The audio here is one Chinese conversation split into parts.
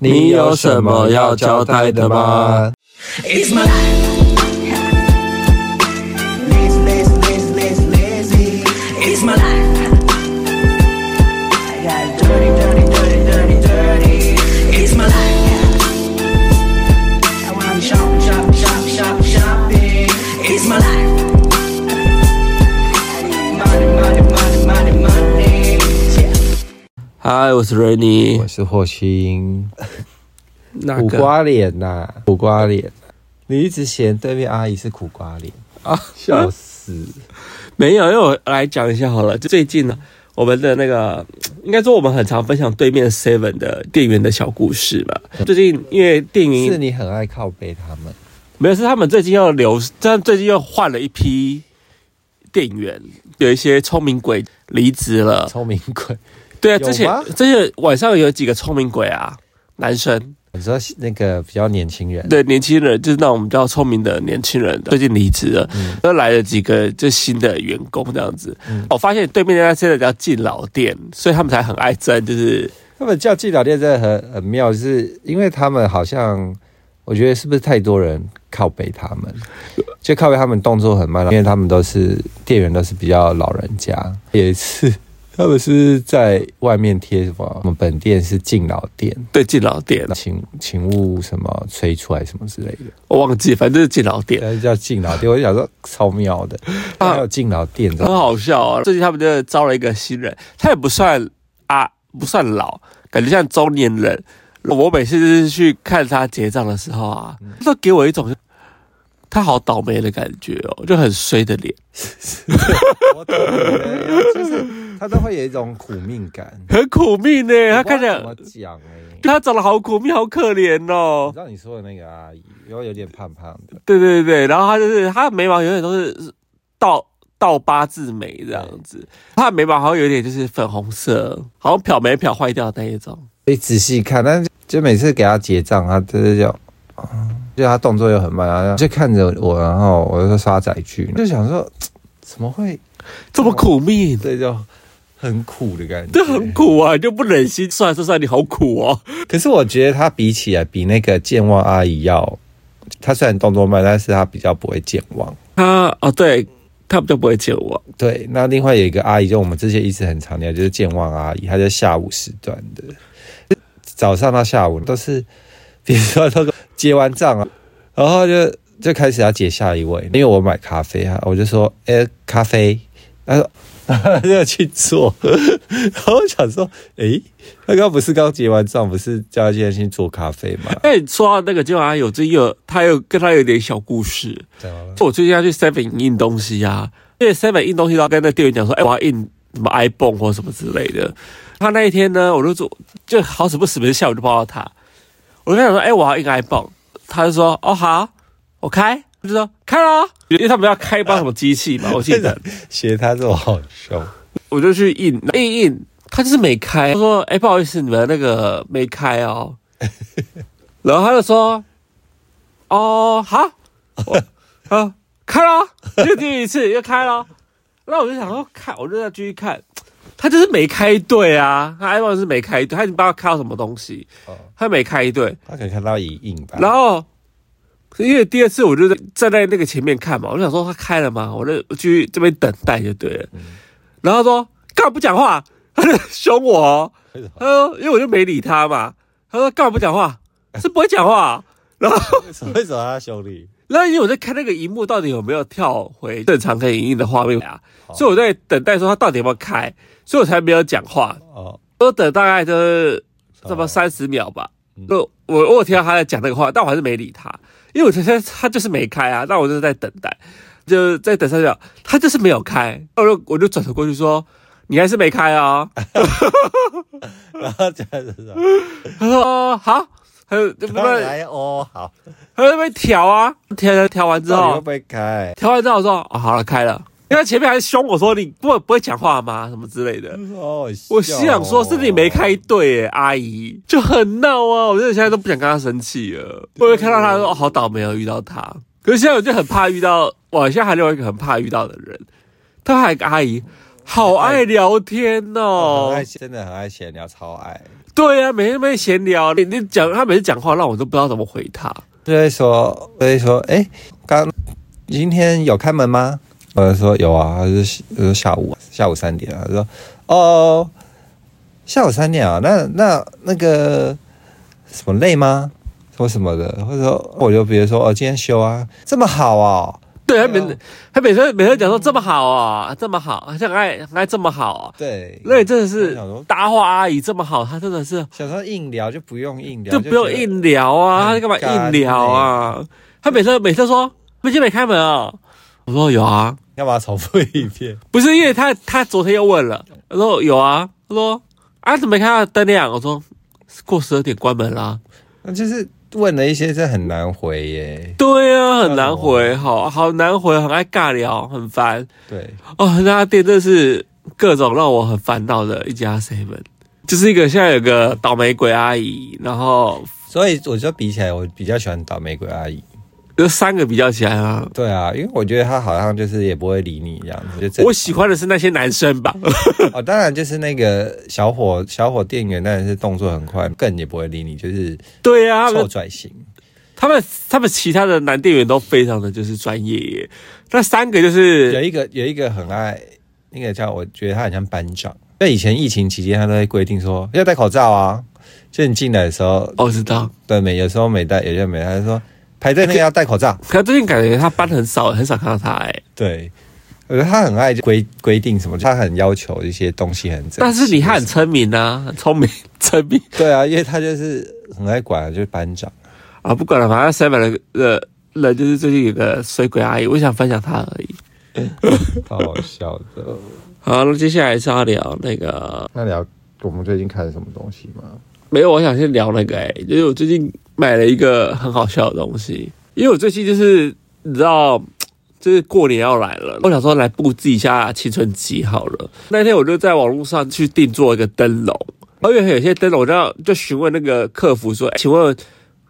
你有什么要交代的吗？ It's my life. Lazy, lazy, lazy, lazy, lazy. It's my life. I got dirty, dirty, dirty, dirty, dirty. It's my life. I wanna shop, shop, shop, shop, shopping. It's my life. Money, money, money, money, money. Yeah. 嗨，我是瑞尼我，是霍青，那苦个瓜脸呐、苦瓜脸。你一直嫌对面阿姨是苦瓜脸，啊，笑死！没有，因为我来讲一下好了。就最近呢，我们的那个，应该说我们很常分享对面 Seven 的店员的小故事吧。最近因为店是员你很爱靠背他们，没有，是他们最近又流，但最近又换了一批店员，有一些聪明鬼离职了。聪明鬼。对啊，有之前吗之前晚上有几个聪明鬼啊，男生。你知道那个比较年轻人，对年轻人，就是那种比较聪明的年轻人，最近离职了，又、来了几个就新的员工这样子。哦我发现对面那家真的叫敬老店，所以他们才很爱争，就是他们叫寄疗店真的很很妙，就是因为他们好像，我觉得是不是太多人靠背他们，就靠背他们动作很慢，因为他们都是店员，都是比较老人家。也是，他们是不是在外面贴什么？我们本店是敬老店，对敬老店，请请勿什么催出来什么之类的， 我忘记，反正就是敬老店，但是叫敬老店，我就想说超妙的，啊还有敬老店这很种，好笑啊。最近他们就招了一个新人，他也不算啊，不算老，感觉像中年人。我每次就是去看他结账的时候啊，他都给我一种他好倒霉的感觉哦，就很衰的脸。我懂了就是他都会有一种苦命 感。很苦命呢、欸哎他看起来我不知道怎么讲哎、他长得好苦命，好可怜你哦知。道你说的那个阿姨，然后有点胖胖的，对对对，然后他就是他的眉毛永远都是倒倒八字眉这样子，他的眉毛好像有点就是粉红色，好像漂眉漂坏掉的那一种。你仔细看，但是就每次给她结账，她就是就，就她动作又很慢，然后就看着我，然后我就刷载具，就想说嘖怎么会这么苦命，这就很苦的感觉，这很。苦啊，你就不忍心算算算你好苦哦。可是我觉得她比起来，比那个健忘阿姨要，她虽然动作慢，但是她比较不会健忘。他哦，对他比较不会见我，对，那另外有一个阿姨，就我们之前一直很常聊，就是健忘阿姨，她就下午时段的，早上到下午都是，比如说那个结完账啊，然后就就开始要结下一位，因为我买咖啡啊，我就说，哎、咖啡，她说。 她就去做，然后我想说，诶、她刚刚不是刚结完账，不是叫她现在去做咖啡吗？ 哎，你说到那个金华有最近有他有跟他有点小故事，怎么了？我最近要去 Seven 印东西啊，因为 Seven 印东西都要跟那店员讲说，哎、我要印什么 iPhone 或什么之类的。他那一天呢，我就做，就好死不死，每次下午就抱到他，我就跟他说，哎、我要印 iPhone，他就说，哦好，我开，我就说开咯，因为他们要开包什么机器嘛，我记得，学她这种好凶，我就去印印一印，他就是没开，他说，哎、不好意思，你们那个没开哦，然后他就说，哦好，我啊开了，又第一次又开了。那我就想说看，我就在继续看，他就是没开对啊，他 iPhone 是没开对，他已经不知道开到什么东西哦，他没开对。她可能看到一印吧。然后因为第二次我就在站在那个前面看嘛，我就想说他开了吗？我就我去这边等待就对了。然后他说干嘛不讲话？他就凶我哦、为什么他说因为我就没理他嘛。他说干嘛不讲话？是不会讲话啊、然后。为什么为什么她凶你？然后因为我在看那个荧幕到底有没有跳回正常跟影音的画面啊，哦所以我在等待说它到底有没有开，所以我才没有讲话。哦，我等大概就是哦嗯这么三十秒吧。就我我有听到他在讲那个话，但我还是没理他，因为我觉得他就是没开啊。那我就是在等待，就在等三十秒，他就是没有开。我就我就转头过去说：“你还是没开 啊、哦然后就是什么？”他说：“哦好。”他就就不当断，然哦，好，他就在那边调啊，调调完之到底后会，不会开？调完之后我说：“哦，好了，开了。”因为前面还凶我说：“你不会不会讲话吗？什么之类的。”哦，我心想说：“是你没开对耶，阿姨就很闹啊！”我真的现在都不想跟她生气了。我就看到她说：“哦，好倒霉哦，遇到她。”可是现在我就很怕遇到，我现在还有一个很怕遇到的人，他还有一个阿姨，好爱聊天哦，很哦爱，真的很爱闲聊，超爱。对啊，每天被闲聊，你你讲他每次讲话让我都不知道怎么回他。就会说，就会说，哎、刚你今天有开门吗？我就说有啊，他就他说下午下午三点啊，他说哦，下午三点啊，那那那个什么累吗？什么什么的，或者说我就比如说哦，今天休啊，这么好哦，对他对啊每他每次每次讲说这么好啊，这么好，好像很爱很爱这么好、啊。对，那你真的嗯我是想说搭话阿姨这么好，她真的是想说硬聊就不用硬聊，就不用觉得硬聊啊，她很干嘛干硬聊啊？她每次每次说不今天没开门啊，我说有啊，干嘛重复一遍？不是因为她她昨天又问了，我说有啊，她说啊怎么没看到灯亮？我说过十二点关门啦、 那就是问了一些，这很难回耶。对啊，很难回，好好难回，很爱尬聊，很烦对，哦。那家店真是各种让我很烦恼的一家 seven，就是一个现在有个倒霉鬼阿姨，然后所以我就比起来，我比较喜欢倒霉鬼阿姨。有三个比较起来啊。对啊，因为我觉得他好像就是也不会理你这样子，就这我喜欢的是那些男生吧，哦，当然就是那个小伙小伙店员，当然是动作很快，更也不会理你，就是对啊，他臭们拽型。他们他们其他的男店员都非常的就是专业耶，那三个就有是一个有一个很爱那个叫，我觉得他很像班长。在以前疫情期间，他都会规定说要戴口罩啊，就你进来的时候，哦，我知道，对没有时候没戴，有些没戴，他就说排队那个要戴口罩。可最近感觉他班很少，很少看到他哎，对，我觉得他很爱规规定什么，他很要求一些东西很整齐。但是你他很聪明啊，很聪明，聪明。对啊，因为他就是很爱管，就是班长。 啊，不管了，反正 seven 的的人就是最近有个水鬼阿姨，我想分享她而已。超好笑的。好，那接下来是要聊那个， 那聊我们最近看了什么东西吗？没有，我想先聊那个、欸，就是我最近买了一个很好笑的东西，因为我最近就是你知道，就是过年要来了，我想说来布置一下青春期好了。那天我就在网络上去定做一个灯笼，而且有些灯笼，我就要就询问那个客服说，欸请问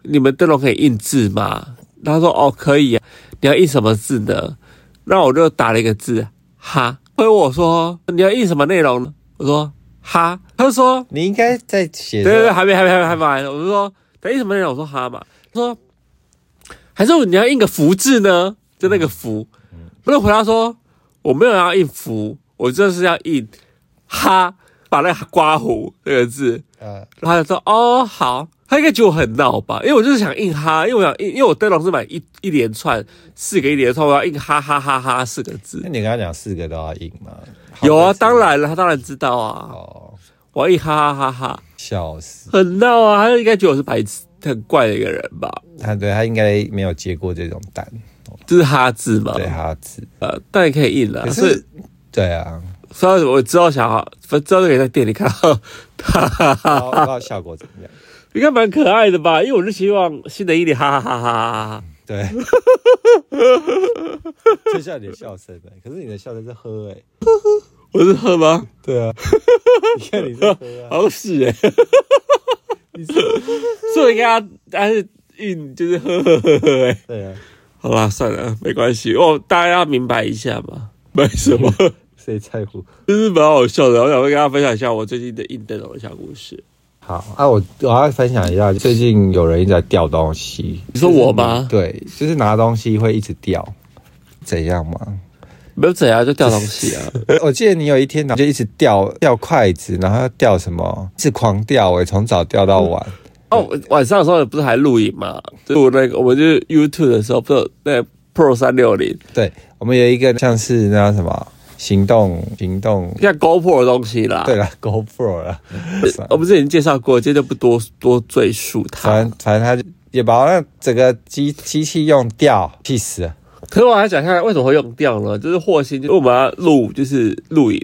你们灯笼可以印字吗？然后他说哦可以、啊，你要印什么字呢？那我就打了一个字哈，回我说你要印什么内容呢？我说哈，他就说你应该在写对对对，着还没还没还没还没完，我就说等印什么内容？我说哈嘛，他说还是你要印个福字呢？就那个福，我就回答说我没有要印福，我就是要印哈，把那个刮胡那个字，呃，然后他就说哦好，他应该觉得我很闹吧，因为我就是想印哈，因为我想印，因为我灯笼是买一一连串四个一连串，我要印哈哈哈哈四个字那。你跟他讲四个都要印吗？有啊，当然了，他当然知道啊，哦，我要印哈哈哈哈，笑死很闹啊，他应该觉得我是白痴，很怪的一个人吧。他，对他应该没有接过这种单，这是哈字嘛？对他字，呃，当然可以印了。可所以啊是，对啊，虽然我之后想好，之后可以在店里看到， 哈哈不知道哈，不知道效果怎么样。应该蛮可爱的吧？因为我是希望新的一年，哈哈哈哈哈。对， 就像你的笑声哎，可是你的笑声是喝哎、我是喝吗？对 啊，你看你是喝啊，好像是 哎、欸，所以我应该要还是印就是呵呵呵呵哎、欸。对啊，好啦，算了，没关系哦，大家要明白一下嘛，没什么，谁在乎？ 就是蛮好笑的。我想会跟大家分享一下我最近的印灯笼的小故事。好啊，我我要分享一下，最近有人一直在掉东西。你说我吗？对，就是拿东西会一直掉，怎样嘛？没有怎样就掉东西 啊。呃我记得你有一天拿就一直掉掉筷子，然后要掉什么，一直狂掉哎、从早掉到晚。哦，我晚上的时候不是还录影嘛？录那个，我们就是 YouTube 的时候，不是有那个 Pro 三六零，对，我们有一个像是那什么行动行动，像 GoPro 的东西啦。对，了，GoPro 了，我们之前介绍过，今天就不多多赘述反它正。反正他就也把那整个机机器用掉，气死了。可是我还讲一下为什么会用掉呢？就是霍星，因为我们要录就是录影，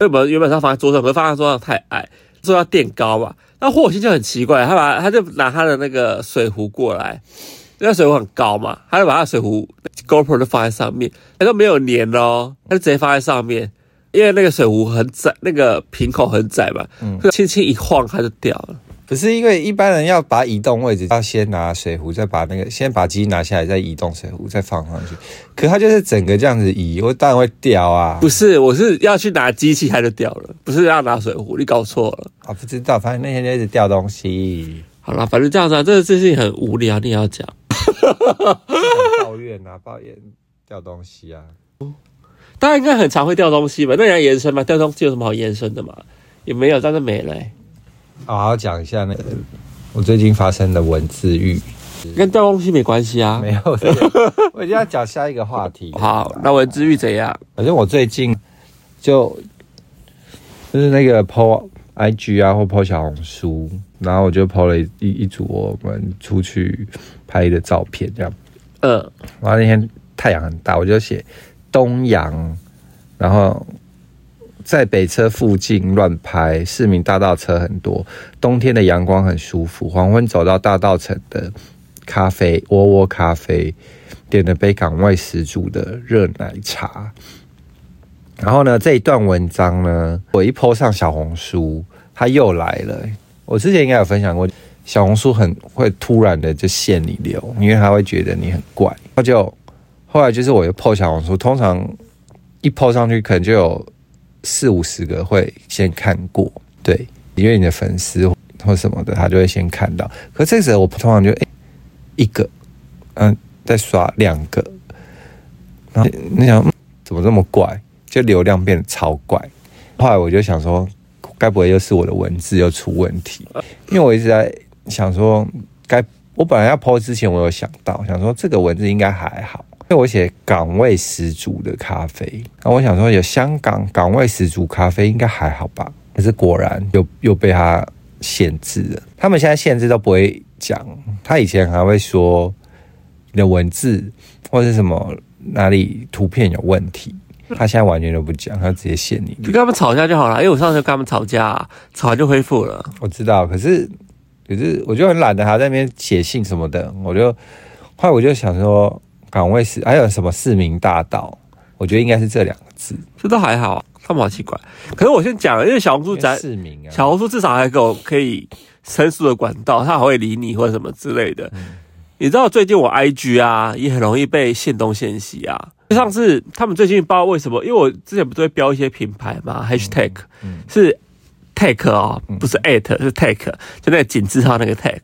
因为我们原本是要放在桌上，可是放在桌上太矮，所以要垫高嘛。那霍星就很奇怪，他把他就拿他的那个水壶过来，那水壶很高嘛，他就把他的水壶 GoPro 就放在上面，他都没有粘哦，他就直接放在上面，因为那个水壶很窄，那个瓶口很窄嘛，就轻轻一晃它就掉了。不是因为一般人要把移动位置，要先拿水壶，再把那个先把机拿下来，再移动水壶，再放上去。可它就是整个这样子移，我当然会掉啊！不是，我是要去拿机器，它就掉了，不是要拿水壶，你搞错了。啊，不知道，反正那天就一直掉东西，好啦，反正这样子啊，这个事情很无聊，你也要讲。抱怨啊，抱怨掉东西啊。大家应该很常会掉东西吧？那你要延伸吗？掉东西有什么好延伸的吗？也没有，但是没了欸、好好讲一下那个我最近发生的文字狱，跟掉东西没关系啊。没有，我这个我已经要讲下一个话题。好，那文字狱怎样？反正我最近就就是那个 PO IG 啊，或 PO 小红书，然后我就 PO 了一一一组我们出去拍的照片，这样。嗯，然后那天太阳很大，我就写东阳，然后在北车附近乱拍，市民大道车很多，冬天的阳光很舒服。黄昏走到大道城的咖啡窝窝咖啡，点了杯港味十足的热奶茶。然后呢，这一段文章呢，我一 po 上小红书，它又来了。我之前应该有分享过，小红书很会突然的就限你流，因为它会觉得你很怪。然后就后来就是我又 po 小红书，通常一 po 上去可能就有四五十个会先看过，对，因为你的粉丝或什么的，他就会先看到。可这时候我通常就哎、诶一个，嗯，再刷两个，然后你想、嗯怎么这么怪，就流量变得超怪。后来我就想说，该不会又是我的文字又出问题？因为我一直在想说，该我本来要 PO 之前，我有想到，想说这个文字应该还好，因为我写港味十足的咖啡，然后我想说有香港港味十足咖啡应该还好吧，可是果然又又被他限制了。他们现在限制都不会讲，他以前还会说你的文字或是什么哪里图片有问题，他现在完全都不讲，他直接限你就跟他们吵架就好了，因为我上次就跟他们吵架，吵完就恢复了。我知道，可是可是我就很懒得还在那边写信什么的，我就后来我就想说，港味市还有什么市民大道，我觉得应该是这两个字，这都还好啊，他们好奇怪。可是我先讲，因为小红书因为咱市民啊，小红书至少还给我可以申诉的管道，他还会理你或者什么之类的。嗯你知道最近我 IG 啊，也很容易被限东限西啊。就上次他们最近不知道为什么，因为我之前不都会标一些品牌嘛，#hashtag、嗯是 tag 哦，不是 at，、是 tag，就那个井字号那个 tag。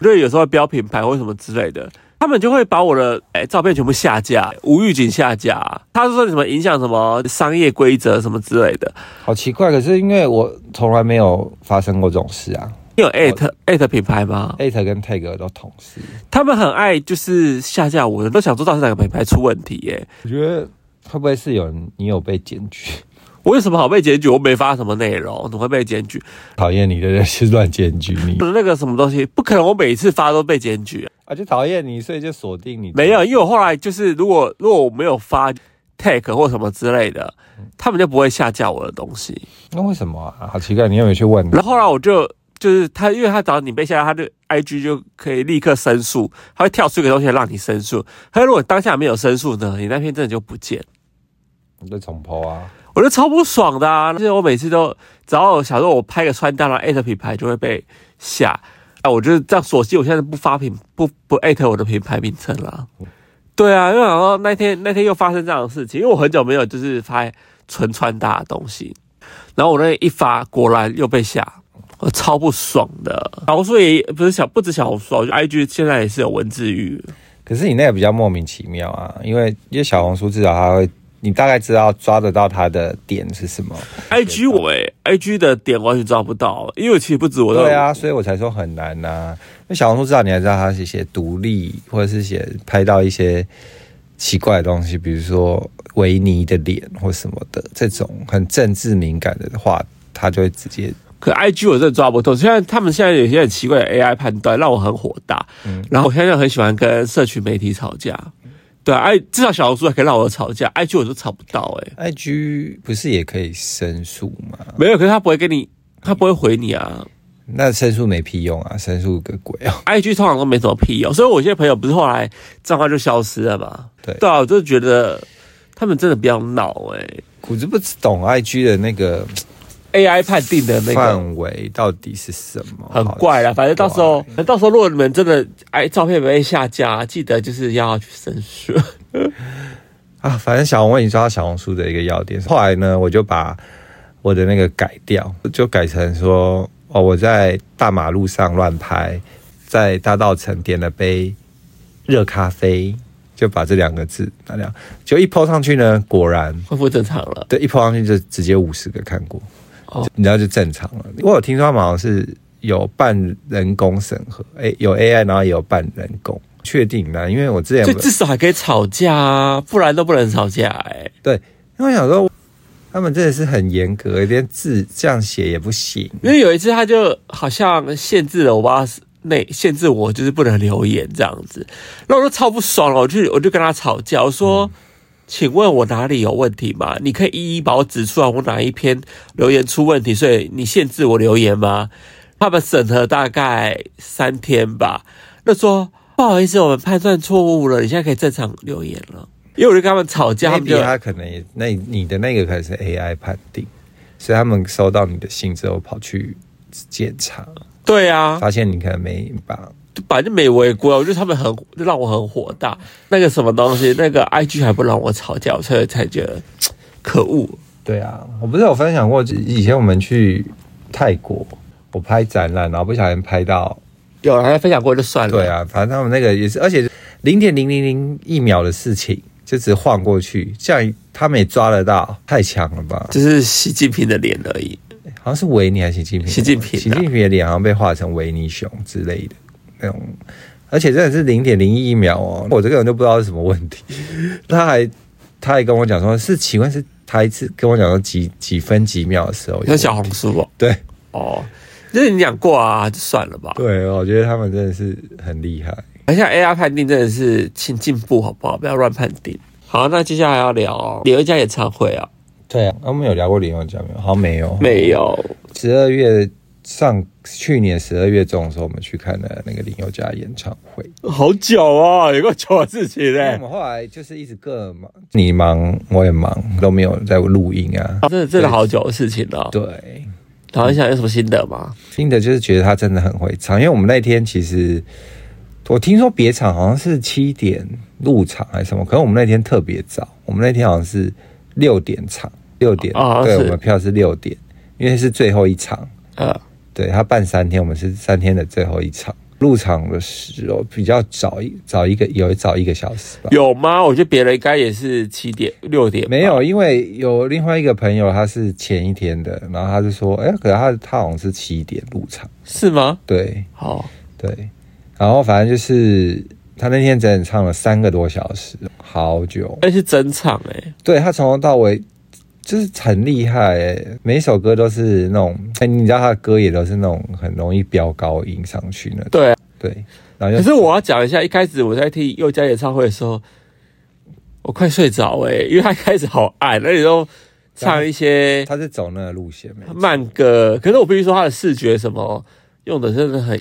所以有时候会标品牌或什么之类的，他们就会把我的哎、照片全部下架，无预警下架。他说什么影响什么商业规则什么之类的，好奇怪，可是因为我从来没有发生过这种事啊你有 at at 品牌吗？ ，at 跟 tag 都同事，他们很爱就是下架我的，都想知道是哪个品牌出问题耶、我觉得会不会是有人你有被检举？ 我有什么好被检举？我没发什么内容，怎么会被检举？讨厌你的人是乱检举你 不是那个什么东西，不可能我每一次发都被检举、啊，就讨厌你，所以就锁定你。没有，因为我后来就是如果如果我没有发 tag 或什么之类的，他们就不会下架我的东西。那为什么啊？好奇怪，你有没有去问？然后后来我就就是他，因为他只要你被下架，他就 IG 就可以立刻申诉，他会跳出一个东西让你申诉。他如果当下没有申诉呢，你那篇真的就不见了。你就重播啊？我就超不爽的啊！就是我每次都只要我想说我拍个穿搭，然后艾特品牌就会被下。哎，我就是这样，索性我现在不发品不不艾特我的品牌名称了。对啊，因为然后那天那天又发生这样的事情，因为我很久没有就是发纯穿搭的东西，然后我那一发，果然又被下，我超不爽的。小红书也不是小，不止小红书啊，我觉得 IG 现在也是有文字狱。可是你那个比较莫名其妙啊，因为因为小红书至少它会，你大概知道抓得到它的点是什么。 IG 我诶、IG 的点完全抓不到，因为其实不止我对啊，所以我才说很难呐、那小红书至少你还知道它是写独立，或者是写拍到一些奇怪的东西，比如说维尼的脸或什么的这种很政治敏感的话，它就会直接可 IG 我真的抓不透，现在他们现在有些很奇怪的 AI 判断，让我很火大。嗯然后我现在就很喜欢跟社群媒体吵架，对啊，哎，至少小红书还可以让我吵架，IG 我都吵不到哎、欸 IG 不是也可以申诉吗？没有，可是他不会跟你，他不会回你啊。那申诉没屁用啊，申诉个鬼啊！ IG 通常都没什么屁用，所以我有些朋友不是后来账号就消失了嘛？对对啊，我就觉得他们真的不要闹哎、欸我就不懂 IG 的那个 AI 判定的那个范围到底是什么？很怪啦。了，反正到时候，反正到时候如果你们真的哎照片没下架，记得就是要去申诉。啊，反正小红我已经抓到小红书的一个要点。后来呢，我就把我的那个改掉，就改成说哦，我在大马路上乱拍，在大道城点了杯热咖啡，就把这两个字拿掉。就一 PO 上去呢，果然恢复正常了。对，一抛上去就直接五十个看过，哦你知道就正常了。我有听说他们好像是有办人工审核，哎、有 AI，然后也有办人工，确定啦，因为我之前就至少还可以吵架啊，不然都不能吵架哎、对，因为我想说他们真的是很严格，连字这样写也不行。因为有一次他就好像限制了我爸内，限制我就是不能留言这样子，那我就超不爽了，我就我就跟他吵架，我说。请问我哪里有问题吗？你可以一一把我指出来，我哪一篇留言出问题，所以你限制我留言吗？他们审核大概三天吧，那说不好意思，我们判断错误了，你现在可以正常留言了。因为我就跟他们吵架，他们 maybe 就他可能也那你的那个可能是 AI 判定，所以他们收到你的信之后跑去检查，对啊，发现你可能没把反正没违规，我觉得他们很让我很火大。那个什么东西，那个 IG 还不让我吵架，我才才觉得可恶。对啊，我不是有分享过，就以前我们去泰国，我拍展览，然后不小心拍到，有人还分享过就算了，对，啊，反正他们那个也是，而且零点零零零一秒的事情，就只晃过去，这样他们也抓得到，太强了吧？就是习近平的脸而已。好像是维尼还是习近平？习近平啊习近平的脸好像被画成维尼熊之类的那种，而且真的是零点零一秒哦，我这个人就不知道是什么问题， 他还他还跟我讲说是，请问是他一次跟我讲说几几分几秒的时候有问题，你说小红书哦，对。哦，就是你讲过啊，就算了吧。对，我觉得他们真的是很厉害。而且 AI 判定真的是请进步好不好？不要乱判定。好，那接下来要聊李友嘉演唱会啊，对啊，我们有聊过林宥嘉没有？好像没有。没有，十二月上去年十二月中的时候，我们去看了那个林宥嘉演唱会。好久哦，有个久的事情因嘞、为我们后来就是一直各忙，你忙我也忙，都没有在录音啊啊。真的真的好久的事情了、哦。对，然后你想有什么心得吗？听的就是觉得他真的很会唱，因为我们那天其实我听说别场好像是七点入场还是什么，可是我们那天特别早，我们那天好像是六点场，六点，哦对，是我们票是六点，因为是最后一场，呃，对他办三天，我们是三天的最后一场。入场的时候比较早一早一个有早一个小时吧， 有吗？我觉得别人应该也是七点六点吧，没有，因为有另外一个朋友他是前一天的，然后他就说，哎、可是他他好像是七点入场，是吗？对好，对，然后反正就是他那天整整唱了三个多小时，好久，那是真唱哎、对他从头到尾就是很厉害、欸，每一首歌都是那种，哎、你知道他的歌也都是那种很容易飙高音上去那种，对啊。对，然后就可是我要讲一下，一开始我在听佑嘉演唱会的时候，我快睡着哎、因为他一开始好暗，而且都唱一些他是走那个路线没错？慢歌。可是我必须说，他的视觉什么用的真的很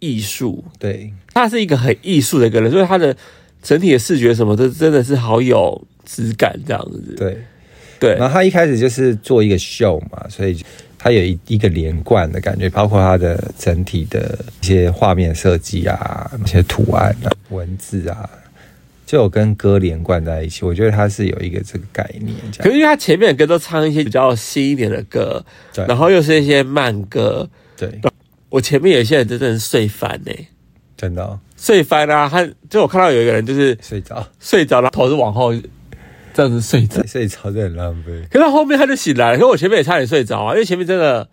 艺术，对，他是一个很艺术的一个人，所以他的整体的视觉什么的真的是好有质感这样子。对。对，然后他一开始就是做一个秀嘛，所以他有一一个连贯的感觉，包括他的整体的一些画面设计啊、一些图案啊、文字啊，就有跟歌连贯在一起。我觉得他是有一个这个概念这可样。是因为他前面的歌都唱一些比较新一点的歌，对然后又是一些慢歌，对，我前面有些人真的是睡翻呢、真的、哦、睡翻啊！他就我看到有一个人就是睡着， 睡着，然后头是往后这样子睡着，睡着真的很浪费。可是他后面他就醒来了，可是我前面也差点睡着啊，因为前面真的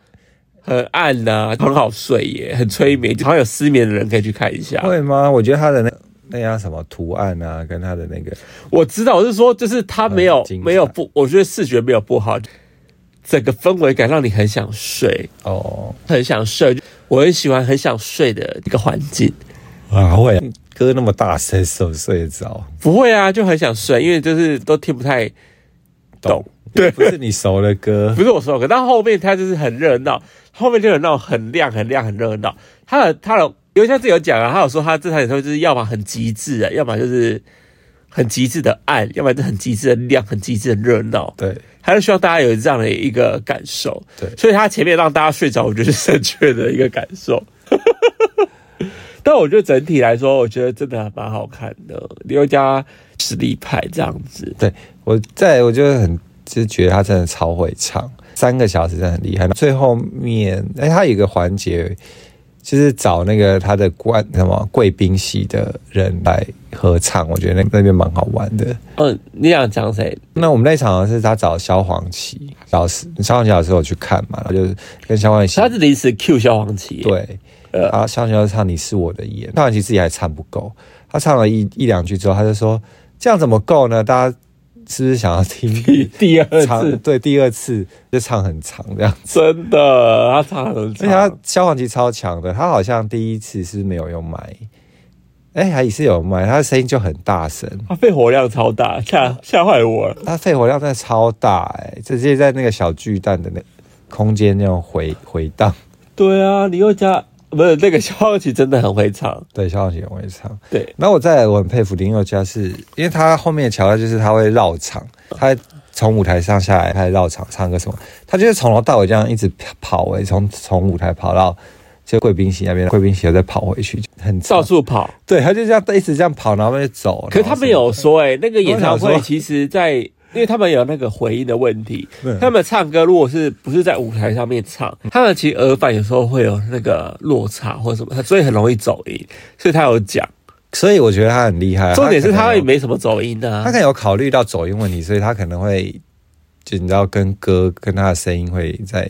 很暗呐、很好睡耶，很催眠，好像有失眠的人可以去看一下。会吗？我觉得他的那那样什么图案啊，跟他的那个我知道，我是说，就是他没有很精彩没有不，我觉得视觉没有不好，整个氛围感让你很想睡。哦很想睡，我很喜欢很想睡的一个环境。啊会啊歌那么大声，手睡得着？不会啊，就很想睡，因为就是都听不太懂。对，不是你熟的歌，不是我说，可到后面它就是很热闹，后面就有那种很亮、很亮、很热闹。他的他的，因为他自己有讲啊，他有说他这场演唱会就是要么很极致啊，要么就是很极致的暗，要么就很极致的亮、很极致的热闹。对。还是希望大家有这样的一个感受。对所以他前面让大家睡着，我觉得是正确的一个感受。 但我觉得整体来说，我觉得真的还蛮好看的，刘家实力派这样子。对我在我就很就是觉得他真的超会唱，三个小时真的很厉害。最后面哎，他有一个环节就是找那个他的冠什么贵宾系的人来合唱，我觉得那那边蛮好玩的。嗯，你想讲谁？那我们那一场是他找萧煌奇老师，萧煌奇老师有去看嘛，然后就是跟萧煌奇他是临时 Q 萧煌奇耶，对，呃然后萧煌奇要唱《你是我的眼》，萧煌奇自己还唱不够，他唱了一一两句之后，他就说这样怎么够呢？大家是不是想要听第二唱次对第二次就唱很长这样子，真的，他唱得很而且他长，萧煌奇超强的，他好像第一次是没有用麦，哎、还是有麦，他的声音就很大声，他肺活量超大，吓吓坏我了。他肺活量真的超大哎、直接在那个小巨蛋的那空间那种回回荡。对啊，你又加不是那个萧煌奇真的很会唱，对，萧煌奇很会唱。对，然后我再来我很佩服林宥嘉是，因为他后面的桥段就是他会绕场，嗯他从舞台上下来，他绕场唱歌什么，他就是从头到尾这样一直跑、欸，从从舞台跑到就贵宾席那边，贵宾席又再跑回去，很到照处跑。对，他就这样一直这样跑，然后就走。可是他们有说、欸，哎，那个演哦唱我会想说其实在，因为他们有那个回音的问题对，嗯他们唱歌如果是不是在舞台上面唱，他们其实耳返有时候会有那个落差或什么，所以很容易走音。所以他有讲，所以我觉得啊他很厉害。重点是可能他有也没什么走音的、啊他可能有考虑到走音问题，所以他可能会就你知道跟歌跟他的声音会在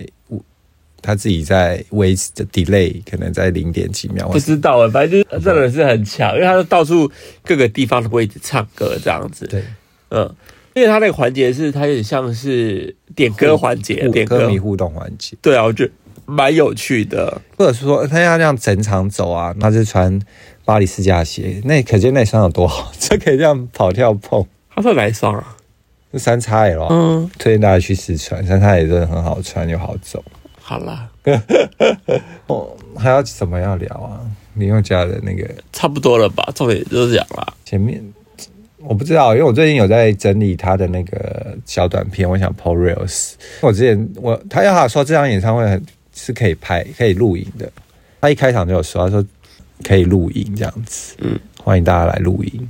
他自己在维持的 delay 可能在零点几秒或不是知道哎、反正就是这人是很强，因为他是到处各个地方的位置唱歌这样子。对嗯，因为他那个环节是，他有点像是点歌环节，点歌歌迷。互动环节，对啊，我觉得蛮有趣的。或者说哎他要这样整场走啊，那就穿巴黎世家鞋，那可见那双有多好， 这可以这样跑跳碰。他是哪一双啊？那三叉 L，、嗯，推荐大家去试穿，三叉 L 真的很好穿又好走。好啦，哦，还要什么要聊啊？林宥嘉的那个差不多了吧？重点就是这样啦。前面我不知道，因为我最近有在整理他的那个小短片，我想 po reels。我之前我他要他说这场演唱会很是可以拍可以录影的，他一开场就有说，他说可以录影这样子，嗯，欢迎大家来录影。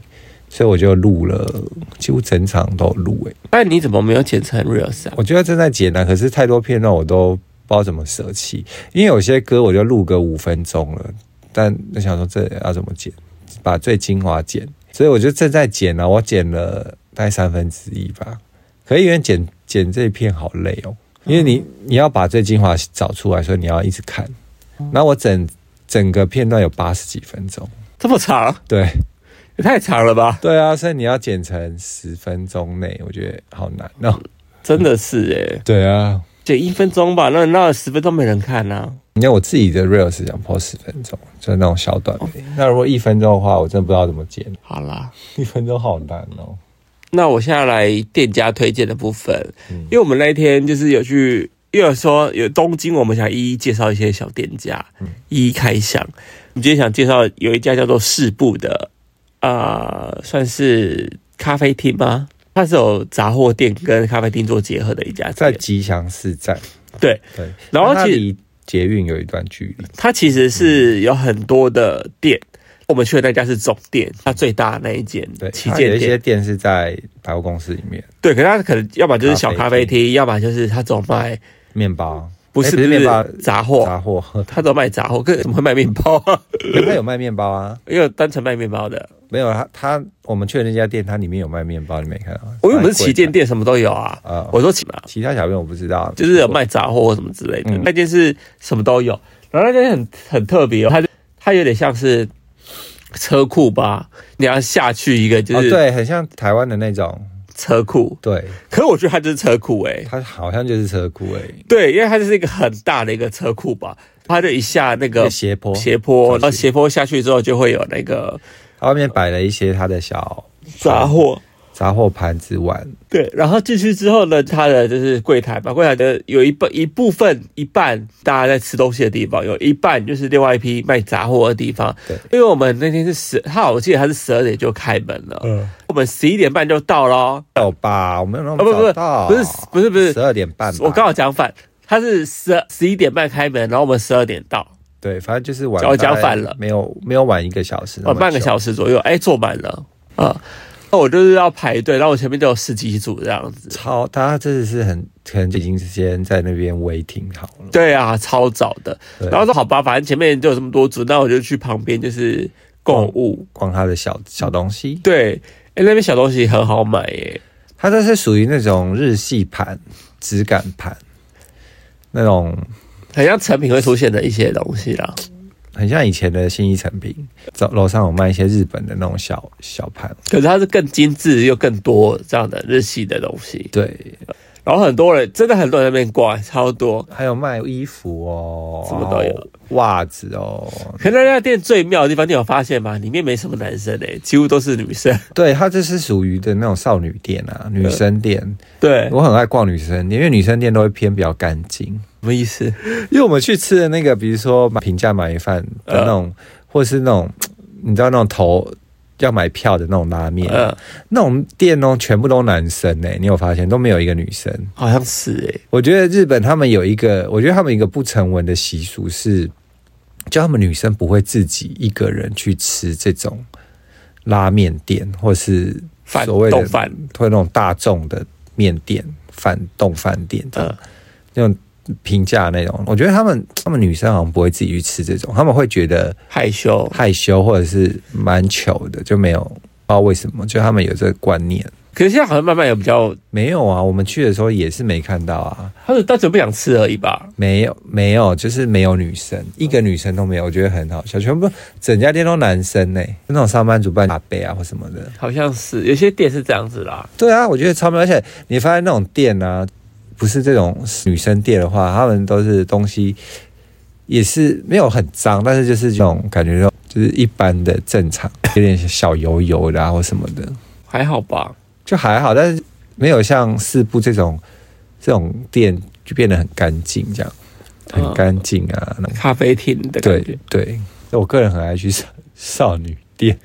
所以我就录了，几乎整场都有录欸诶、那哎你怎么没有剪成 reels 啊？我觉得正在解难，可是太多片段我都不知道怎么舍弃，因为有些歌我就录个五分钟了，但我想说这啊要怎么剪，把最精华剪，所以我就正在剪啊，我剪了大概三分之一吧，可是因为剪剪这一片好累哦，因为你你要把最精华找出来，所以你要一直看，然后我整整个片段有八十几分钟，这么长，对也太长了吧？对啊，所以你要剪成十分钟内，我觉得好难哦，真的是哎、对啊，剪一分钟吧，那那十分钟没人看呐、啊。因为我自己的 real 是想 po 十分钟，就是那种小短片。那如果一分钟的话，我真的不知道怎么剪。好啦，一分钟好难哦。那我现在来店家推荐的部分，因为我们那一天就是有去，因为有说有东京，我们想一一介绍一些小店家，一一开箱。我们今天想介绍有一家叫做四部的，呃，算是咖啡厅吗？它是有杂货店跟咖啡厅做结合的一家在店，吉祥寺站，对，对，然后但它其实离捷运有一段距离。它其实是有很多的店。我们去的那家是总店，它最大的那一间对，旗它舰有一店些。店是在百货公司里面，对，可是它可能要么就是小咖咖啡啡厅厅，要么就是它总卖面包不是诶不面包是杂货，杂货， 他都卖杂货，可怎么会卖面包啊？ 它有卖面包啊？因为单纯卖面包的，没有，它它我们去的那家店，它里面有卖面包，你没看到？我因为我们是旗舰店店，什么都有啊。啊，我说起嘛，其他小店我不知道，就是有卖杂货或什么之类的嗯。那件是什么都有，然后那件很很特别哦，它就它有点像是车库吧，你要下去一个就哦，是对，很像台湾的那种，车库，对，可是我觉得它就是车库欸诶、它好像就是车库诶、对，因为它就是一个很大的一个车库吧，它就一下那一个个斜坡斜坡，然后上去斜坡下去之后就会有那个它外面摆了一些它的小杂货。杂货盘子碗，对，然后进去之后呢，它的就是柜台嘛，柜台的有一半一部分一半大家在吃东西的地方，有一半就是另外一批卖杂货的地方。对，因为我们那天是十，他我记得他是十二点就开门了，嗯，我们十一点半就到咯。有吧？我们有那啊不么不早到，不是不是不是十二点半吧，我刚好讲反，他是十十一点半开门，然后我们十二点到，对，反正就是晚，我讲反了没有没有晚一个小时，呃，半个小时，时左右，哎，坐满了啊。那我就是要排队，然后我前面就有十几组这样子。超，他真的是很可能就已经是先在那边 waiting 好了，对啊，超早的。嗯对然后说好吧，反正前面就有这么多组，那我就去旁边就是购物。逛他的小小东西，对，哎，那边小东西很好买耶。它这是属于那种日系盘、质感盘，那种很像成品会出现的一些东西啦，很像以前的新一成品，走楼上有卖一些日本的那种小小盘，可是它是更精致又更多这样的日系的东西，对，然后很多人真的很多人在那边逛，超多。还有卖衣服哦，什么都有然后袜子哦，可是那家店最妙的地方，你有发现吗？里面没什么男生诶、几乎都是女生。对，它这是属于的那种少女店啊，女生店，对，我很爱逛女生店，因为女生店都会偏比较干净，什么意思？因为我们去吃的那个，比如说买平价鳗鱼饭的那种，嗯或是那种你知道那种头要买票的那种拉面，呃，那种店哦，全部都男生呢、你有发现都没有一个女生。好像是欸诶、我觉得日本他们有一个，我觉得他们一个不成文的习俗是，就他们女生不会自己一个人去吃这种拉面店，或是饭所谓的冻饭或者那种大众的面店、饭冻饭店这样呃，那种平价那种。我觉得他们他们女生好像不会自己去吃这种，他们会觉得害羞。害羞或者是蛮糗的，就没有不知道为什么，就他们有这个观念。可是现在好像慢慢有比较，没有啊，我们去的时候也是没看到啊，他们单纯不想吃而已吧。没有没有，就是没有女生，一个女生都没有，我觉得很好笑，全部整家店都男生呢、那种上班族扮阿伯啊或什么的。好像是有些店是这样子啦，对啊，我觉得超美，而且你发现那种店啊，不是这种女生店的话，他们都是东西也是没有很脏，但是就是这种感觉就就是一般的正常，有点小油油的啊或什么的，还好吧。就还好，但是没有像四部这种这种店就变得很干净这样，很干净啊，那种咖啡厅的感觉对，对，我个人很爱去少少女店，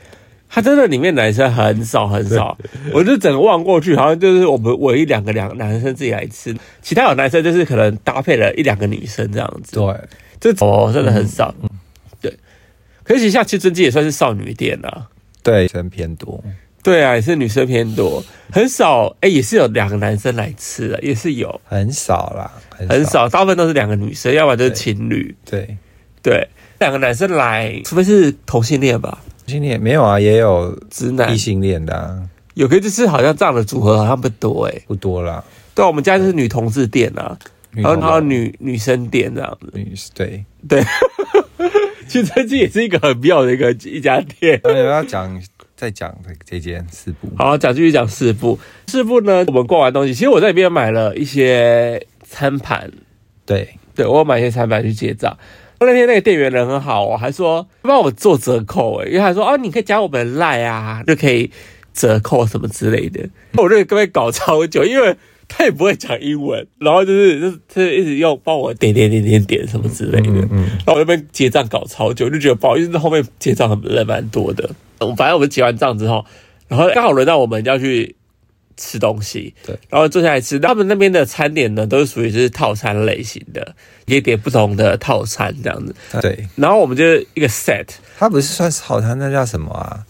它真的里面男生很少很 少，我就整个望过去，好像就是我们唯一两个两男生自己来吃，其他有男生就是可能搭配了一两个女生这样子。对，这哦真的很少。对，可是其实像青春期也算是少女店啊。对，人偏多，对啊，也是女生偏多，很少。哎、也是有两个男生来吃的，也是有很少啦，很很少，大部分都是两个女生，要不然就是情侣。对，对，两个男生来，除非是同性恋吧，今年没有啊，也有直男异。性恋的、啊，有个就是好像这样的组合好像不多哎、不多啦，对啊，我们家就是女同志店啊，女然后同然后女女生店这样子。女对。对，青春期也是一个很妙的一个一家店。我要讲再讲这这件四部，好，讲继续讲四部。四部呢，我们逛完东西，其实我在里面买了一些餐盘，对，对我有买一些餐盘去结账。那天那个店员人很好哦，还说帮我做折扣诶，因为他说啊，你可以加我们赖啊，就可以折扣什么之类的。我就跟被搞超久，因为他也不会讲英文，然后就是就是就是一直要帮我点点点点点什么之类的。嗯嗯，然后我那边结账搞超久，就觉得不好意思，后面结账很人蛮多的。我反正我们结完账之后，然后刚好轮到我们要去吃东西，对，然后坐下来吃。他们那边的餐点呢，都是属于是套餐类型的，也点不同的套餐这样子。对，然后我们就是一个 set，它不是算是好，它那叫什么啊？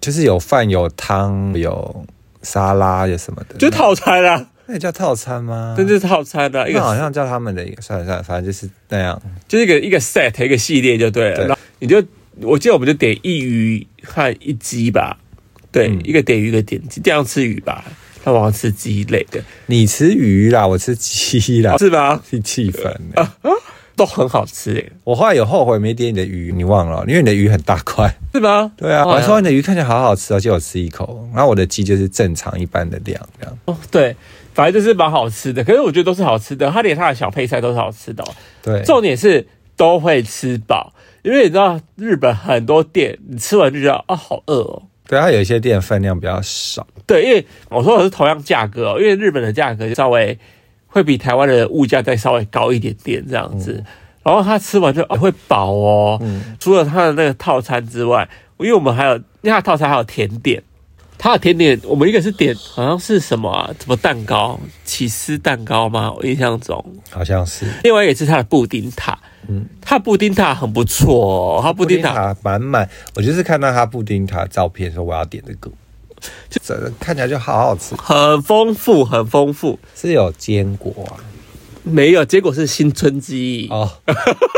就是有饭有汤有沙拉有什么的，就套餐啦、啊，那也叫套餐吗？这就是套餐啊啦、一那好个像叫他们的一个，算了算了，反正就是那样。就是一个一个 set 一个系列就对了。对然后你就我记得我们就点一鱼和一鸡吧，对，嗯一个点鱼一个点鸡，这样吃鱼吧。他晚上吃鸡类的，你吃鱼啦，我吃鸡啦， 是吧？是气氛、欸。啊都很好吃耶，我后来有后悔没点你的鱼，你忘了，因为你的鱼很大块。是吗？对啊，哦我还说你的鱼看起来好好吃哦，结果我吃一口，然后我的鸡就是正常一般的量这样。哦，对，反正就是蛮好吃的。可是我觉得都是好吃的，它连它的小配菜都是好吃的哦、对，重点是都会吃饱，因为你知道日本很多店，你吃完就觉得啊、好饿哦，对，它有一些店分量比较少，对，因为我说的是同样价格哦、因为日本的价格稍微会比台湾的物价再稍微高一点点这样嗯子。然后他吃完就、哦、会饱哦，除了他的那个套餐之外，因为我们还有，因为他的套餐还有甜点，他的甜点我们一个是点好像是什么啊，什么蛋糕，起司蛋糕吗？我印象中，好像是另外一个是他的布丁塔，嗯，他的布丁塔很不错哦，他布丁塔满满。我就是看到它布丁塔照片说我要点这个，就真的看起来就好好吃，很丰富，很丰富。是有坚果啊，没有，结果是新春记忆，哦，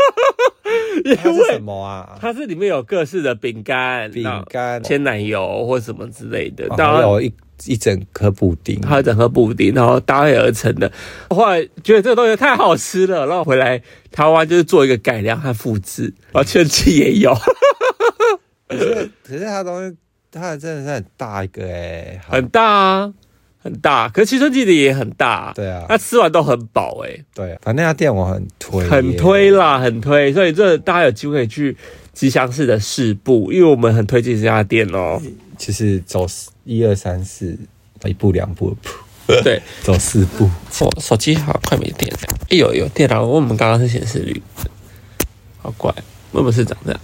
它因是什为么啊？它是里面有各式的饼干、饼干那鲜奶油或什么之类的，哦然还后有一一整颗布丁，还有整盒布丁，然后搭配而成的。后来觉得这个东西太好吃了，然后回来台湾就是做一个改良和复制，然后春季也 有，可是可是它的东西，它的真的是很大一个哎、好很大啊，很大。可是青春季的也很大、对啊那吃完都很饱哎、对，啊反正那家店我很推耶，很推啦，很推。所以这大家有机会去吉祥寺的市部，因为我们很推荐这家店哦。 就是走一二三四，一步两步的步，对，走四步。手手机好像快没电了，哎有有电了，我们刚刚是显示绿，好怪，为什么是长这样？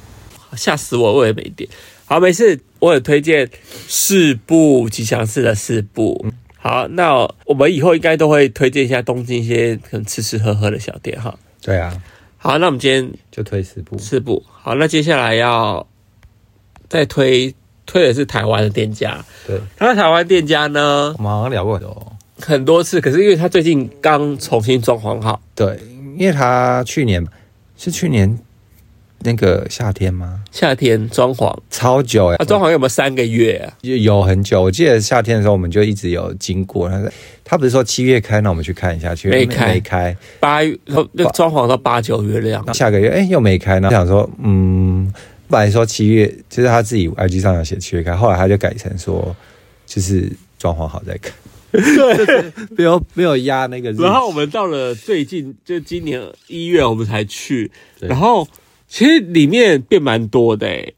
吓死我，我也没电。好，没事，我很推荐四部吉祥寺的四部。好，那我们以后应该都会推荐一下东京一些可能吃吃喝喝的小店哈。对啊，好，那我们今天就推四步。四部，好，那接下来要再推推的是台湾的店家，对，那台湾店家呢我们好像聊过很多。很多次，可是因为他最近刚重新装潢好。对，因为他去年是去年那个夏天吗？夏天装潢，超久哎、啊，装潢有没有三个月、啊？有有很久。我记得夏天的时候，我们就一直有经过。他说他不是说七月开，那我们去看一下。去没开没开，八月，然后那装潢到八九月的样子。下个月哎、又没开，然后想说嗯，本来说七月，就是他自己 IG 上有写七月开，后来他就改成说就是装潢好再开。对，没有没有压那个日期，然后我们到了最近，就今年一月我们才去，对然后其实里面变蛮多的、欸。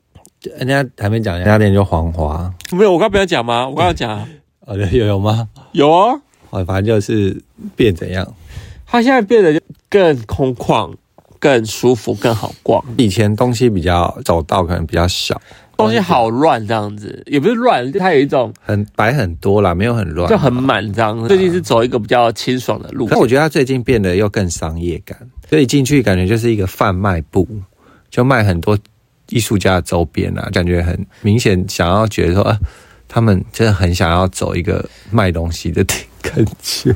人家还没讲，人家店就黄花，没有，我刚不要讲吗？我刚刚讲啊哦，对有有吗？有啊，哦，反正就是变怎样，它现在变得更空旷、更舒服、更好逛，以前东西比较走道可能比较小，东西好乱这样子，也不是乱，就它有一种很摆很多啦，没有很乱，就很。满这样啊子。最近是走一个比较清爽的路但我觉得它最近变得又更商业感，所以进去感觉就是一个贩卖部，就卖很多艺术家的周边啊，感觉很明显想要觉得说，啊，他们真的很想要走一个卖东西的 感觉，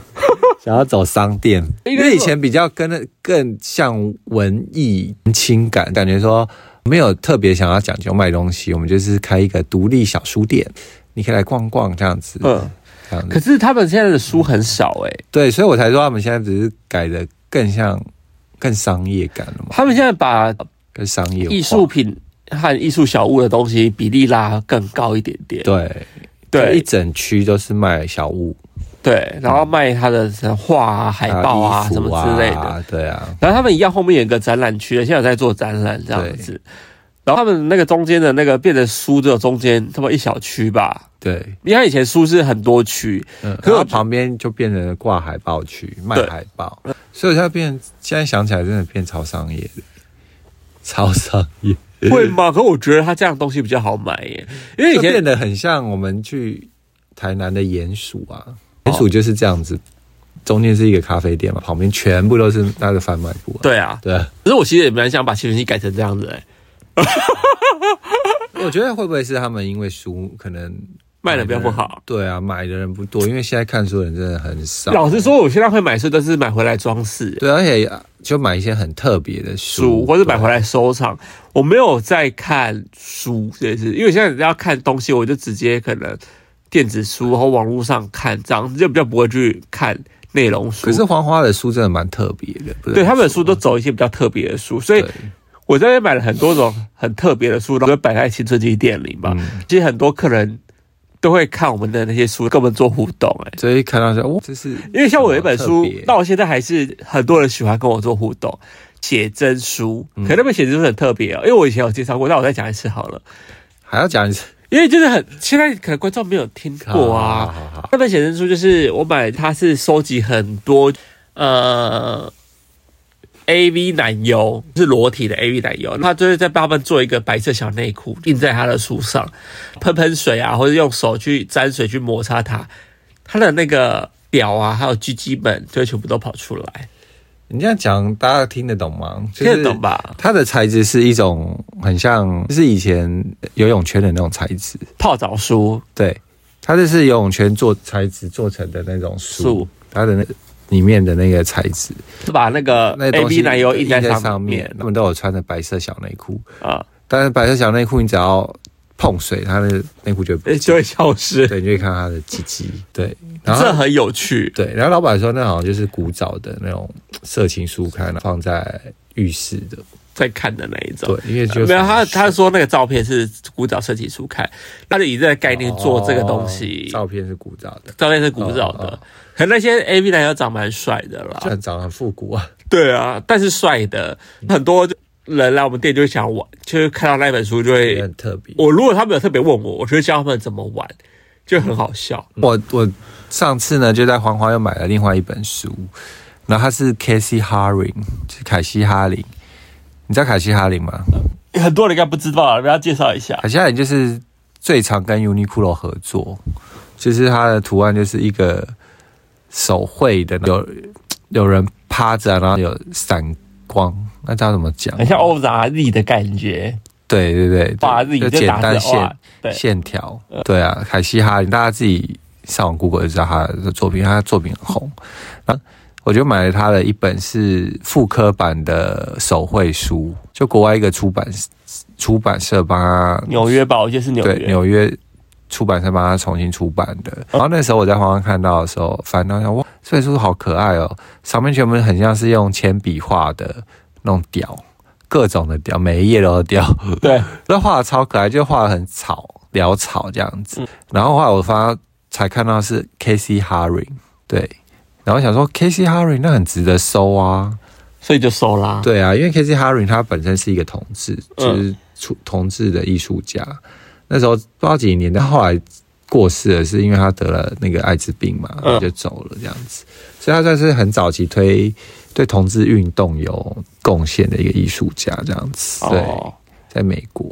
想要走商 店，因为以前比较跟那更像文艺情感，感觉说没有特别想要讲究卖东西，我们就是开一个独立小书店，你可以来逛逛这样子，嗯，这样子可。是他们现在的书很少哎、对，所以我才说他们现在只是改的更像更商业感了嘛，他们现在把更商业化艺术品和艺术小物的东西比例拉更高一点点。对就一对整区都是卖小物、对，然后卖他的画啊、海报啊还有什衣么服之类的。，对啊，然后他们一样后面有一个展览区，现在有在做展览这样子。然后他们那个中间的那个变成书只有中间他妈一小区吧，对，因为他以前书是很多区，嗯，可可是是我旁边就变成了挂海报区卖对海报，所以它变现在想起来真的变超商业的，超商 业，会吗？可我觉得他这样的东西比较好买耶，因为以就变前得很像我们去台南的盐薯啊，哦盐薯就是这样子，中间是一个咖啡店嘛，旁边全部都是它的贩卖部、啊，对啊，对啊。可是我其实也蛮想把青春期改成这样子哎，我觉得会不会是他们因为书可能卖的比较不好。对啊，买的人不多，因为现在看书的人真的很少。老实说，我现在会买书都是买回来装饰耶，对，而且就买一些很特别的书，啊书，或者买回来收藏。我没有在看书这件事，因为现在要看东西，我就直接可能电子书然后网络上看，这样子就比较不会去看内容书。可是黄花的书真的蛮特别的，不是对他们的书都走一些比较特别的书，所以对我在那边买了很多种很特别的书，然后就摆在青春期店里嘛。嗯其实很多客人都会看我们的那些书，跟我们做互动、欸。所以看到说，哇，这是因为像我有一本好书特别，到现在还是很多人喜欢跟我做互动，写嗯真书。可那本写真书很特别哦，因为我以前有介绍过，那我再讲一次好了。还要讲一次，因为就是很现在可能观众没有听过好啊。好好那本写真书就是我买，它是收集很多呃 A V 男优，是裸体的 A V 男优，那就是在帮他们做一个白色小内裤，印在他的书上，喷喷水啊，或者用手去沾水去摩擦它，它的那个屌啊，还有鸡鸡们，就会全部都跑出来，你这样讲，大家听得懂吗？听得懂？吧？它的材质是一种很像，就是以前游泳圈的那种材质，泡澡书对，它就是游泳圈做材质做成的那种书书，它的那里面的那个材质，是把那个那 A 东 V 西男优印印在在上上面面，他们都有穿着白色小内裤，啊，但是白色小内裤你只要碰水，它的内裤就会不就会消失，对，你就会看到它的鸡鸡，对，然这后。很有趣。对，然后老板说那好像就是古早的那种色情书刊，放在浴室的。在看的那一种。对因为就是没有他，他说那个照片是古早设计书看，他就以这个概念做这个东西哦。照片是古早的，照片是古早的，哦哦可那些 A V 男优长蛮帅的就啦。很长得很复古啊。对啊，但是帅的很多人来我们店就会想玩，就是看到那本书就也会很，特别。我如果他们有特别问我，我就会教他们怎么玩，就很好笑。我我上次呢就在黄花又买了另外一本书，然后它是 Casey Haring，就是凯西哈林。你知道凯西哈林吗？嗯很多人应该不知道啊，给大家介绍一下凯。西哈林就是最常跟 Uniqlo 合作，就是它的图案就是一个手绘的，有有人趴着，然后有闪光，那叫怎么讲？很像欧扎利的感觉，嗯对对对，哇就自己就就简打单字线哇对线条，对啊，凯西哈林，大家自己上网 Google 就知道他的作品，他的作品很红。然后我就买了他的一本是复刻版的手绘书，就国外一个出版出版社帮他纽约吧，我记得是纽对约。纽约出版社帮他重新出版的。嗯然后那时候我在黄上看到的时候，翻到想哇，这本书好可爱哦，上面全部很像是用铅笔画的那种屌，各种的屌，每一页都有屌。对，那画的超可爱，就画的很草潦草这样嗯子。然后后来我发才看到是 Casey Haring，对，然后想说 Casey Haring 那很值得收啊，所以就收啦。对啊，因为 Casey Haring 他本身是一个同志，嗯就是出同志的艺术家。那时候不知道几年，但后来过世了，是因为他得了那个艾滋病嘛，嗯就走了这样子。所以他算是很早期推对同志运动有贡献的一个艺术家这样子。对，哦在美国。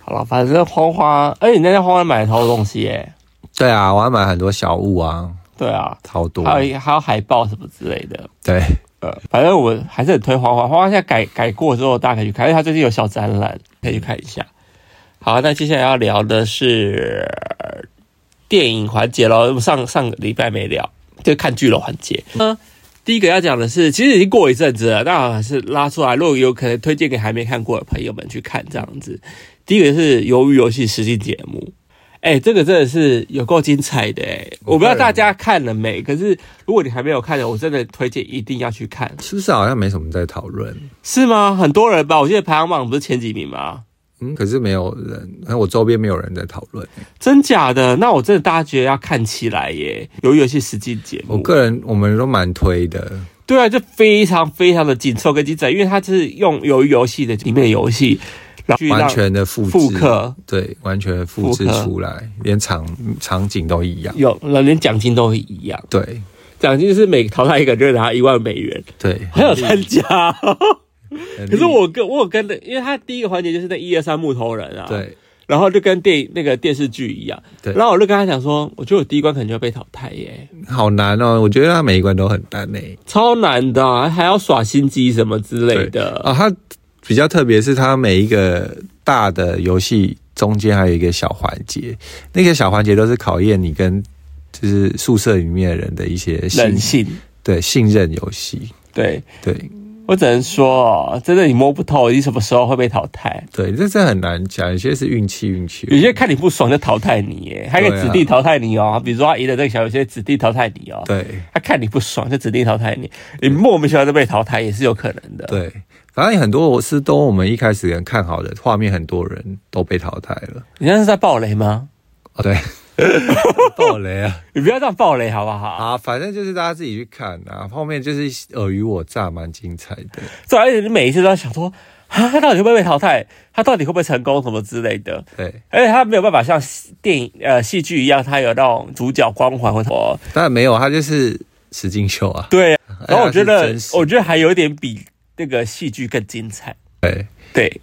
好了，反正花花，哎、你那天花花买了好多东西耶、对啊，我还买很多小物啊，对啊，超多。还有一个还有海报什么之类的。对，呃，反正我还是很推花花，花花现在改改过之后，大家可以去看，因为他最近有小展览，可以去看一下。好，那接下来要聊的是呃电影环节喽，上上个礼拜没聊，就看剧的环节。嗯，第一个要讲的是，其实已经过一阵子了，但还是拉出来，如果有可能推荐给还没看过的朋友们去看这样子。第一个是《鱿鱼游戏》实境节目，哎、这个真的是有够精彩的哎、我不知道大家看了没，可是如果你还没有看的，我真的推荐一定要去看，是不是好像没什么在讨论？是吗？很多人吧，我记得排行榜不是前几名吗？嗯，可是没有人，那我周边没有人在讨论。真假的？那我真的大家觉得要看起来耶，鱿鱼游戏实境节我目，个人我们都蛮推的，对啊，就非常非常的紧凑跟精彩，因为它是用鱿鱼游戏的里面的游戏，然后去完让全的复制，复刻对，完全复制复刻出来，连场场景都一样。有连奖金都一样，对奖金是每淘汰一个就拿一万美元，对，还有参 加。很可是厉我跟我有跟的，因为他第一个环节就是那一二三木头人啊，，对然后就跟电那个电视剧一样，对然后我就跟他讲说，我觉得我第一关可能就要被淘汰耶，好难哦，我觉得他每一关都很难欸呢、超难的啊、还要耍心机什么之类的，啊，它比较特别是它每一个大的游戏中间还有一个小环节，那个小环节都是考验你跟就是宿舍里面的人的一些信人性。对信任游戏，对对我只能说，真的你摸不透你什么时候会被淘汰，对，这这很难讲，有些是运气运气，有些看你不爽就淘汰你耶，还可对以啊指定淘汰你哦，比如说他赢了这个小游戏，指定淘汰你哦。对他看你不爽就指定淘汰你，你莫名其妙就被淘汰也是有可能的。对。反正很多我是都我们一开始人看好的画面，很多人都被淘汰了。你那是在暴雷吗？哦， 对，爆雷啊！你不要这样暴雷好不好？啊，反正就是大家自己去看啊。后面就是尔虞我诈，蛮精彩的。对，而且你每一次都要想说啊，他到底会不会被淘汰？他到底会不会成功什么之类的？对，而且他没有办法像戏电影呃戏剧一样，他有那种主角光环或什么。当然没有，他就是石金秀啊。 对，然后我哎他是觉得真实我觉得还有一点比那个戏剧更精彩。对，对，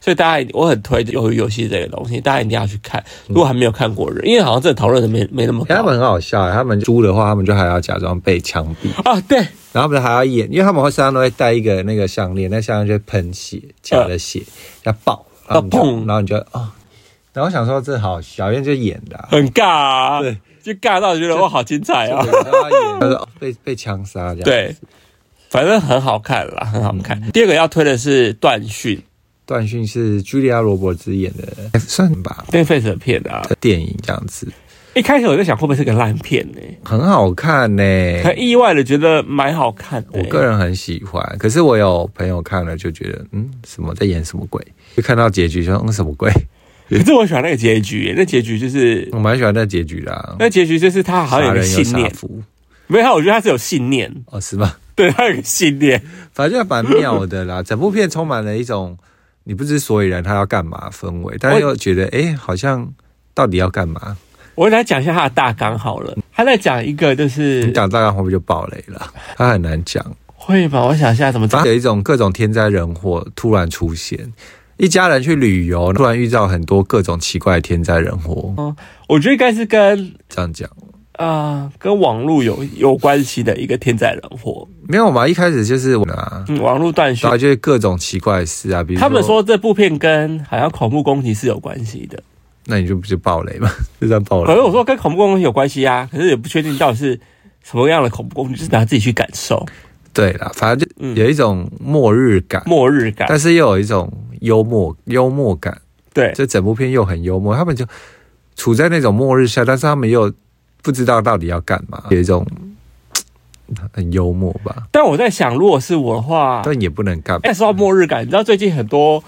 所以大家我很推鱿鱼游戏这个东西，大家一定要去看。嗯如果还没有看过的人，因为好像这讨论的没没那么哎他高们很好笑、他们输的话，他们就还要假装被枪毙，啊。对，然后他们还要演，因为他们会身上都会带一个那个项链，那项链就会喷血，假的血嗯要爆，然后你就要砰然后你就哦，然后我想说这好笑，因为就演的、啊。 很尬啊，对，就尬到觉得哇，好精彩啊。他说哦被被枪杀这样，对，反正很好看啦，很好看。嗯第二个要推的是《断讯》段讯是茱莉亚·罗伯兹演的，哎算吧， Netflix 的片啊。的电影这样子，一开始我就想会不会是个烂片呢、很好看呢、很意外的觉得蛮好看的、哎我个人很喜欢，可是我有朋友看了就觉得，嗯，什么在演什么鬼？就看到结局就说，嗯，什么鬼？可是我喜欢那个结局耶、那结局就是我蛮喜欢那结局的、啊，那结局就是他哎好像嗯杀有一个人又信杀念，父，没有，他我觉得他是有信念，哦，是吗？对他有一个信念，反正就蛮妙的 啦，整部片充满了一种你不知所以然，他要干嘛的氛围，但是又觉得，哎、好像到底要干嘛？我来讲一下他的大纲好了，他在讲一个就是你讲大概会不会就爆雷了？他很难讲。会吧？我想一下怎么反讲。正有一种各种天灾人祸突然出现，一家人去旅游，突然遇到很多各种奇怪的天灾人祸，哦我觉得应该是跟这样讲啊、呃跟网络有有关系的一个天灾人祸，没有嘛？一开始就是我们啊，嗯，网络断讯然后。就是各种奇怪的事啊，比如他们，说这部片跟好像恐怖攻击是有关系的，那你就不就暴雷嘛？ 就算暴可雷是，我说跟恐怖攻击有关系啊，可是也不确定到底是什么样的恐怖攻击，就是拿自己去感受对啦，反正就嗯有一种末日感，末日感。但是又有一种幽默幽默感，对，这整部片又很幽默，他们就处在那种末日下，但是他们又不知道到底要干嘛，有一种很幽默吧，但我在想，如果是我的话，但也不能干嘛。啊哎，说到末日感，你知道最近很多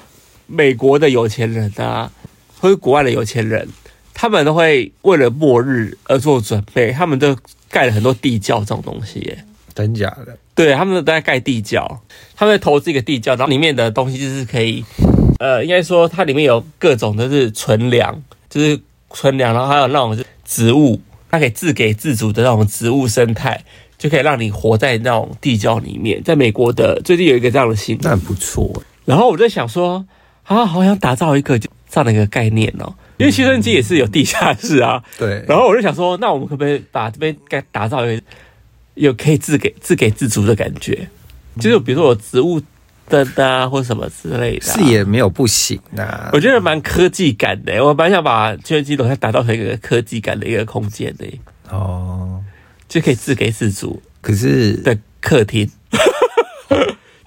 美国的有钱人啊，或是国外的有钱人，他们都会为了末日而做准备，他们都盖了很多地窖这种东西耶。真假的？对，他们都在盖地窖，他们在投资一个地窖，然后里面的东西就是可以，呃，应该说它里面有各种就是存粮，就是存粮，然后还有那种就是植物，它可以自给自足的那种植物生态，就可以让你活在那种地窖里面。在美国的最近有一个这样的新闻那，很不错欸，然后我就想说，啊，好想打造一个就这样的一个概念哦，因为吸尘机也是有地下室啊。对然后我就想说，那我们可不可以把这边该打造一个有可以自给自给自足的感觉？就是比如说有植物灯啊，或什么之类的、啊。是，也没有不行啊我。觉得蛮科技感的、欸我蛮想把吸尘机楼下打造成一个科技感的一个空间的、哦，就可以自给自足可是的客厅。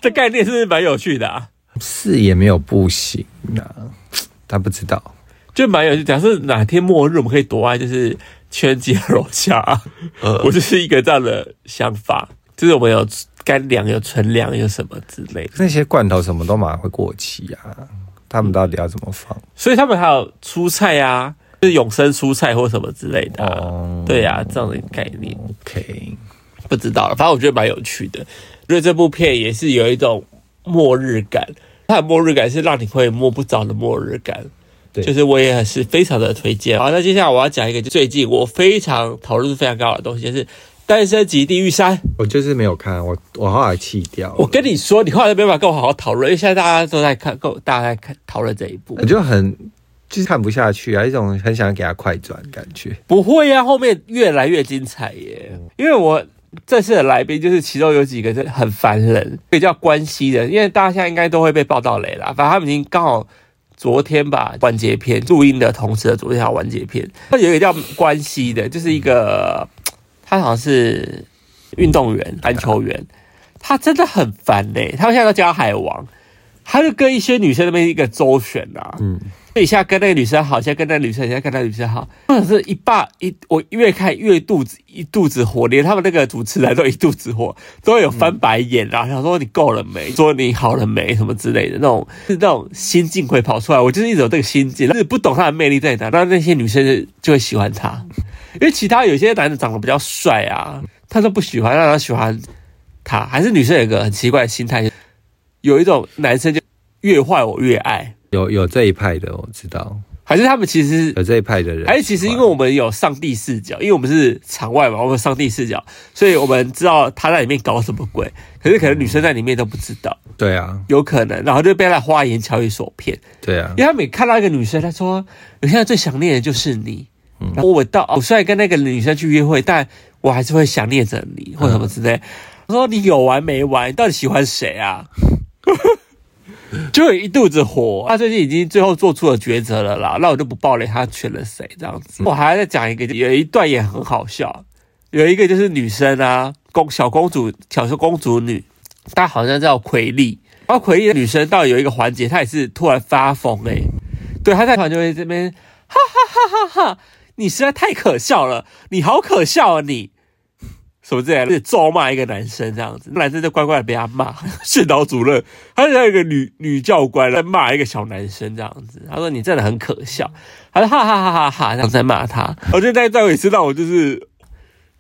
这概念是不是蛮有趣的啊？是也没有不行啊，他不知道。就蛮有趣。假设哪天末日，我们可以躲在就是圈街楼下、我就是一个这样的想法，就是我们有干粮、有存粮、有什么之类的。那些罐头什么都马上会过期啊，他们到底要怎么放？所以他们还有蔬菜啊，就是永生蔬菜或什么之类的、啊。哦对啊，这样的概念，OK，不知道了，反正我觉得蛮有趣的。因为这部片也是有一种末日感，它的末日感是让你会摸不着的末日感。对就是我也是非常的推荐。好，那接下来我要讲一个就最近我非常讨论度非常高的东西，就是《单身级地狱三》。我就是没有看，我我后来弃掉了。我跟你说，你后来没办法跟我好好讨论，因为现在大家都在看，跟我大家在看讨论这一部我。就很就是看不下去啊，一种很想给他快转的感觉。不会呀、后面越来越精彩耶！因为我这次的来宾就是其中有几个是很烦人，比较关系人，因为大家现在应该都会被报道雷啦。反正他们已经刚好昨天吧完结篇录音的同时的昨天还完结篇，那有一个叫关系的，就是一个他好像是运动员、篮球员，他真的很烦嘞、他们现在都叫他海王，他就跟一些女生那边一个周旋啊，嗯，所以一下跟那个女生好，一下跟那个女生，一下跟那个女生好，或者是一霸一，我越看越肚子一肚子火，连他们那个主持人都一肚子火，都有翻白眼啊，想说你够了没，说你好了没，什么之类的那种，是那种心境会跑出来。我就是一直有这个心境，但是不懂他的魅力在哪，那那些女生就会喜欢他，因为其他有些男的长得比较帅啊，他都不喜欢，让他喜欢他，还是女生有一个很奇怪的心态，有一种男生就。越坏我越爱，有有这一派的，我知道还是他们其实有这一派的人。还是哎其实因为我们有上帝视角，因为我们是场外嘛，我们有上帝视角，所以我们知道他在里面搞什么鬼。可是可能女生在里面都不知道，对啊，有可能，然后就被他花言巧语所骗。对啊，因为他每看到一个女生，他说：“我现在最想念的就是你。然后我到，我虽然跟那个女生去约会，但我还是会想念着你，或什么之类。他说：“你有完没完？你到底喜欢谁啊？” 就有一肚子火。他最近已经最后做出了抉择了啦，那我就不爆雷他选了谁这样子。我还在讲一个，有一段也很好笑，有一个就是女生啊，公小公主，小公主女，她好像叫奎丽。然后奎丽的女生到有一个环节，她也是突然发疯哎、对，她在团就会这边哈哈哈哈哈，你实在太可笑了，你好可笑啊你，什么之类的，咒骂一个男生这样子，那男生就乖乖的被他骂， 训导主任，他像一个女女教官在骂一个小男生这样子，他说你真的很可笑，他说哈哈哈哈哈，这样在骂他，我觉得那一段也是让我就是。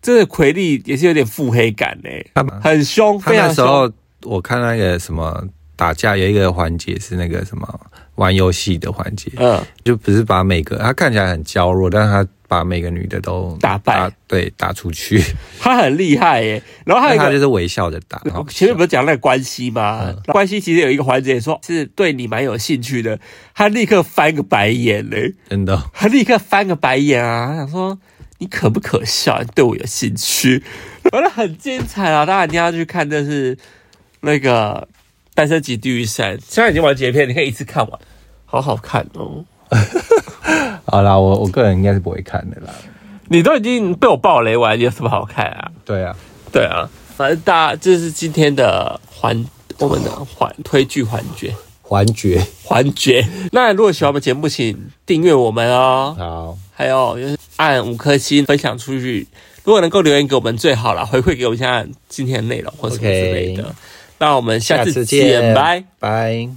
真的奎丽也是有点腹黑感哎、他们很凶，他非那常时凶。候我看那个什么打架有一个环节是那个什么玩游戏的环节，嗯，就不是把每个他看起来很娇弱，但是他把每个女的都打败对，打出去，他很厉害耶、然后还有但他一个就是微笑着打。好我前面不是讲那个关系吗？关系其实有一个环节说是对你蛮有兴趣的，他立刻翻个白眼嘞、真的，他立刻翻个白眼啊，他想说你可不可笑？你对我有兴趣？玩的很精彩啊！当然你要去看，这是那个《单身级地狱三》，现在已经完结篇，你可以一次看完，好好看哦。好啦，我我个人应该是不会看的啦。你都已经被我爆雷完，有什么好看啊？对啊，对啊，反正大家这是今天的环，我们的环推剧环节。环觉环节。 那如果喜欢我们节目，请订阅我们哦，好，还有就是按五颗星分享出去。如果能够留言给我们最好了，回馈给我们一下今天的内容或什么之类的。那我们下次见，拜。拜。